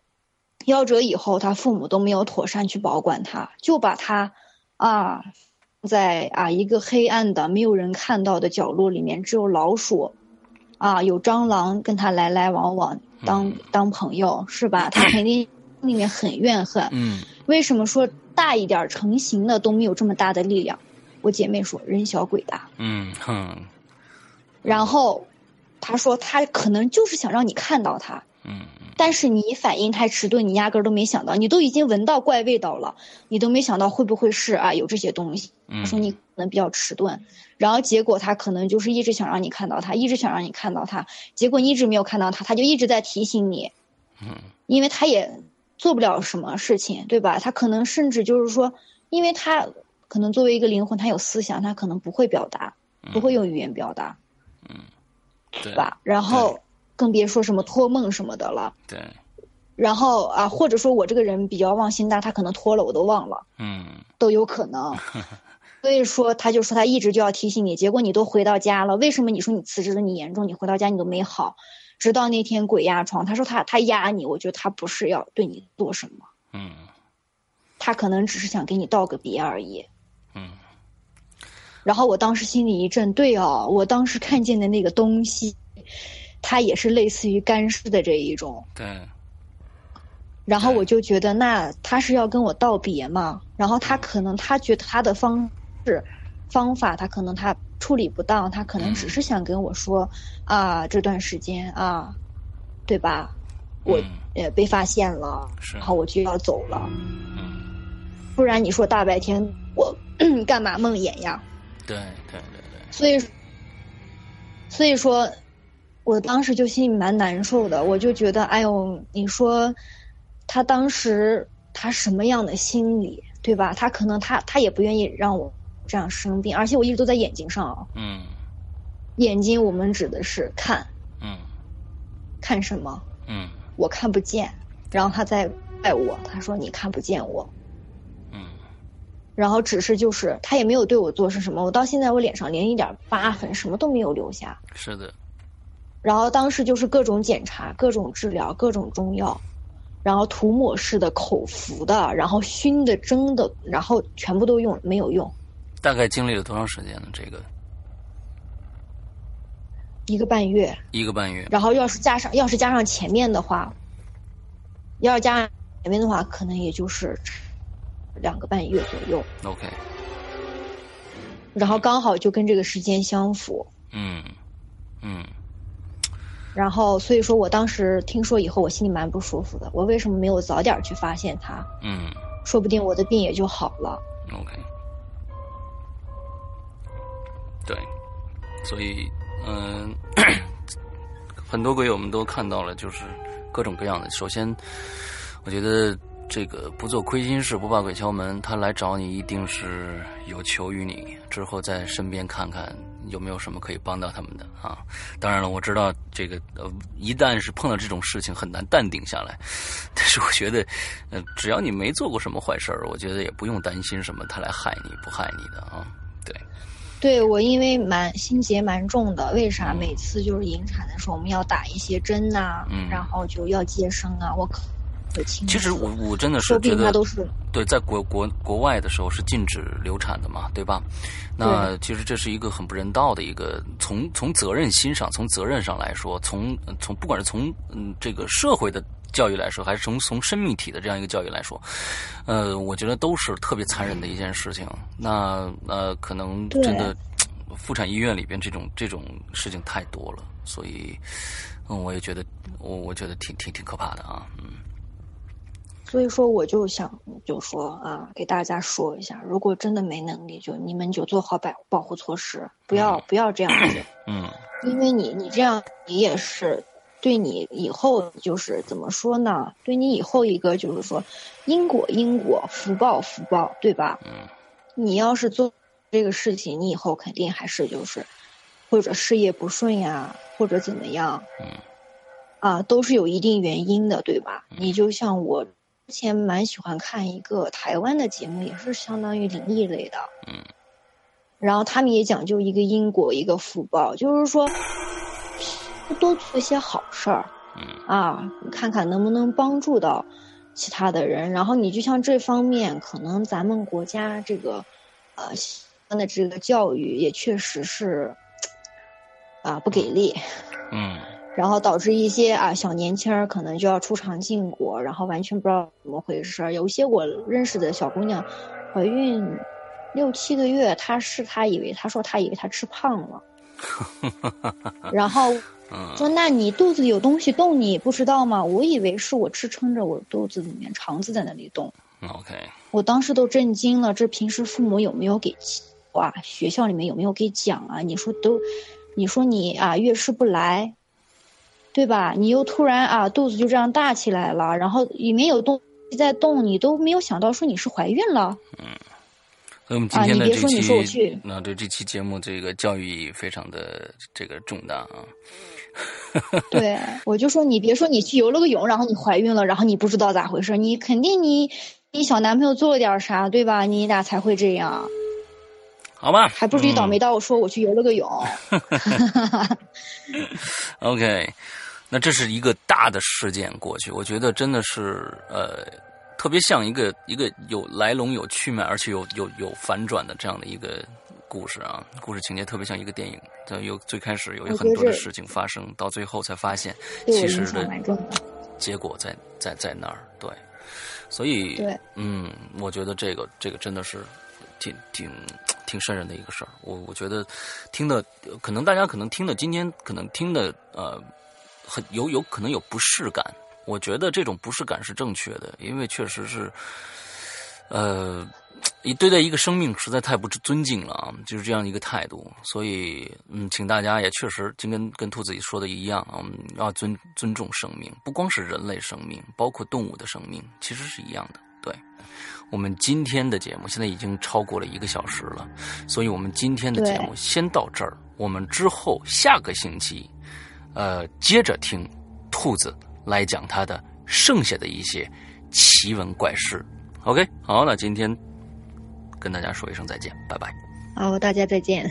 夭折以后，他父母都没有妥善去保管他，就把他啊在啊一个黑暗的、没有人看到的角落里面，只有老鼠啊有蟑螂跟他来来往往当当朋友是吧？他肯定心里面很怨恨。嗯为什么说大一点儿成型的都没有这么大的力量？我姐妹说人小鬼大，嗯哼然后她说她可能就是想让你看到他，嗯但是你反应太迟钝，你压根儿都没想到，你都已经闻到怪味道了，你都没想到会不会是啊有这些东西。嗯他说你可能比较迟钝，然后结果他可能就是一直想让你看到他，一直想让你看到他，结果你一直没有看到他，他就一直在提醒你，嗯因为他也做不了什么事情，对吧？他可能甚至就是说，因为他可能作为一个灵魂，他有思想，他可能不会表达，不嗯会用语言表达，对对吧？然后更别说什么托梦什么的了。对然后啊，或者说我这个人比较忘心大，他可能脱了我都忘了，嗯都有可能。所以说，他就说他一直就要提醒你，结果你都回到家了，为什么你说你辞职了，你严重，你回到家你都没好？直到那天鬼压床，他说他他压你，我觉得他不是要对你做什么，嗯他可能只是想给你道个别而已。嗯然后我当时心里一震，对哦，我当时看见的那个东西，它也是类似于干尸的这一种。对然后我就觉得，那他是要跟我道别嘛？然后他可能他觉得他的方式、方法，他可能他处理不当，他可能只是想跟我说啊，这段时间啊，对吧？我嗯呃被发现了，是然后我就要走了，嗯不然你说大白天我嗯干嘛梦魇呀？对对对对所以，所以说，我当时就心里蛮难受的，我就觉得，哎呦，你说他当时他什么样的心理，对吧？他可能他他也不愿意让我这样生病，而且我一直都在眼睛上哦，嗯眼睛我们指的是看嗯看什么，嗯我看不见，然后他在怪我，他说你看不见我，嗯然后只是就是他也没有对我做是什么，我到现在我脸上连一点疤痕什么都没有留下，是的，然后当时就是各种检查、各种治疗、各种中药，然后涂抹式的、口服的，然后熏的、蒸的，然后全部都用没有用，大概经历了多长时间呢？这个一个半月。一个半月，然后要是加上要是加上前面的话，要是加上前面的话，可能也就是两个半月左右。 OK，然后刚好就跟这个时间相符，嗯嗯然后所以说我当时听说以后，我心里蛮不舒服的。我为什么没有早点去发现它？嗯说不定我的病也就好了。 ，OK，对，所以嗯、很多鬼友们都看到了，就是各种各样的。首先，我觉得这个不做亏心事，不怕鬼敲门，他来找你一定是有求于你，之后在身边看看有没有什么可以帮到他们的啊。当然了，我知道这个呃，一旦是碰到这种事情，很难淡定下来。但是我觉得，呃，只要你没做过什么坏事儿，我觉得也不用担心什么他来害你不害你的啊。对，对我因为蛮心结蛮重的，为啥每次就是引产的时候，我们要打一些针呐、嗯然后就要接生啊，我可可清楚其实我我真的是说不觉定他得，都是对，在国国国外的时候是禁止流产的嘛，对吧？那其实这是一个很不人道的一个，从从责任心上，从责任上来说，从呃从不管是从嗯这个社会的教育来说，还是从从生命体的这样一个教育来说，呃，我觉得都是特别残忍的一件事情。那呃，可能对真的妇产医院里边这种这种事情太多了，所以嗯，我也觉得我我觉得挺挺挺可怕的啊，嗯所以说，我就想就说啊，给大家说一下，如果真的没能力，就你们就做好保保护措施，不要、不要这样子，嗯因为你你这样你也是对你以后就是怎么说呢？对你以后一个就是说，因果因果，福报福报，对吧？嗯你要是做这个事情，你以后肯定还是就是，或者事业不顺呀，或者怎么样，嗯，啊，都是有一定原因的，对吧？嗯你就像我之前蛮喜欢看一个台湾的节目，也是相当于灵异类的，嗯，然后他们也讲究一个因果，一个福报，就是说，多做一些好事儿，嗯啊，看看能不能帮助到其他的人。然后你就像这方面，可能咱们国家这个呃相关的这个教育也确实是啊不给力，嗯然后导致一些啊小年轻儿可能就要出厂进国，然后完全不知道怎么回事儿。有一些我认识的小姑娘怀孕六七个月，她是她以为她说她以为她吃胖了，然后嗯说：“那你肚子里有东西动，你不知道吗？我以为是我支撑着我肚子里面肠子在那里动，嗯，OK，我当时都震惊了。这平时父母有没有给哇？学校里面有没有给讲啊？你说都，你说你啊月事不来，对吧？你又突然啊肚子就这样大起来了，然后里面有东西在动，你都没有想到说你是怀孕了。所以我们今天的啊你别这说你说我期去，那、对这期节目这个教育意义非常的这个重大啊， 对，我就说你别说你去游了个泳，然后你怀孕了，然后你不知道咋回事，你肯定你你小男朋友做了点啥，对吧？你俩才会这样，好吧？还不至于倒嗯霉到我说我去游了个 泳。 OK，那这是一个大的事件过去，我觉得真的是呃，特别像一个一个有来龙有去脉，而且有有有反转的这样的一个故事啊，故事情节特别像一个电影，它有最开始有我觉得很多的是事情发生，到最后才发现对其我实影的响蛮重的。结果在在在那儿，对，所以对，嗯，我觉得这个这个真的是挺挺挺瘆人的一个事儿。我我觉得听的呃可能大家可能听的今天可能听的呃很有有可能有不适感，我觉得这种不适感是正确的，因为确实是呃对待一个生命实在太不尊敬了啊，就是这样一个态度。所以，嗯，请大家也确实，就跟跟兔子说的一样啊，我们要尊尊重生命，不光是人类生命，包括动物的生命，其实是一样的。对，我们今天的节目现在已经超过了一个小时了，所以我们今天的节目先到这儿。我们之后下个星期，呃，接着听兔子来讲他的剩下的一些奇闻怪事。OK，好，那今天跟大家说一声再见，拜拜。好，大家再见。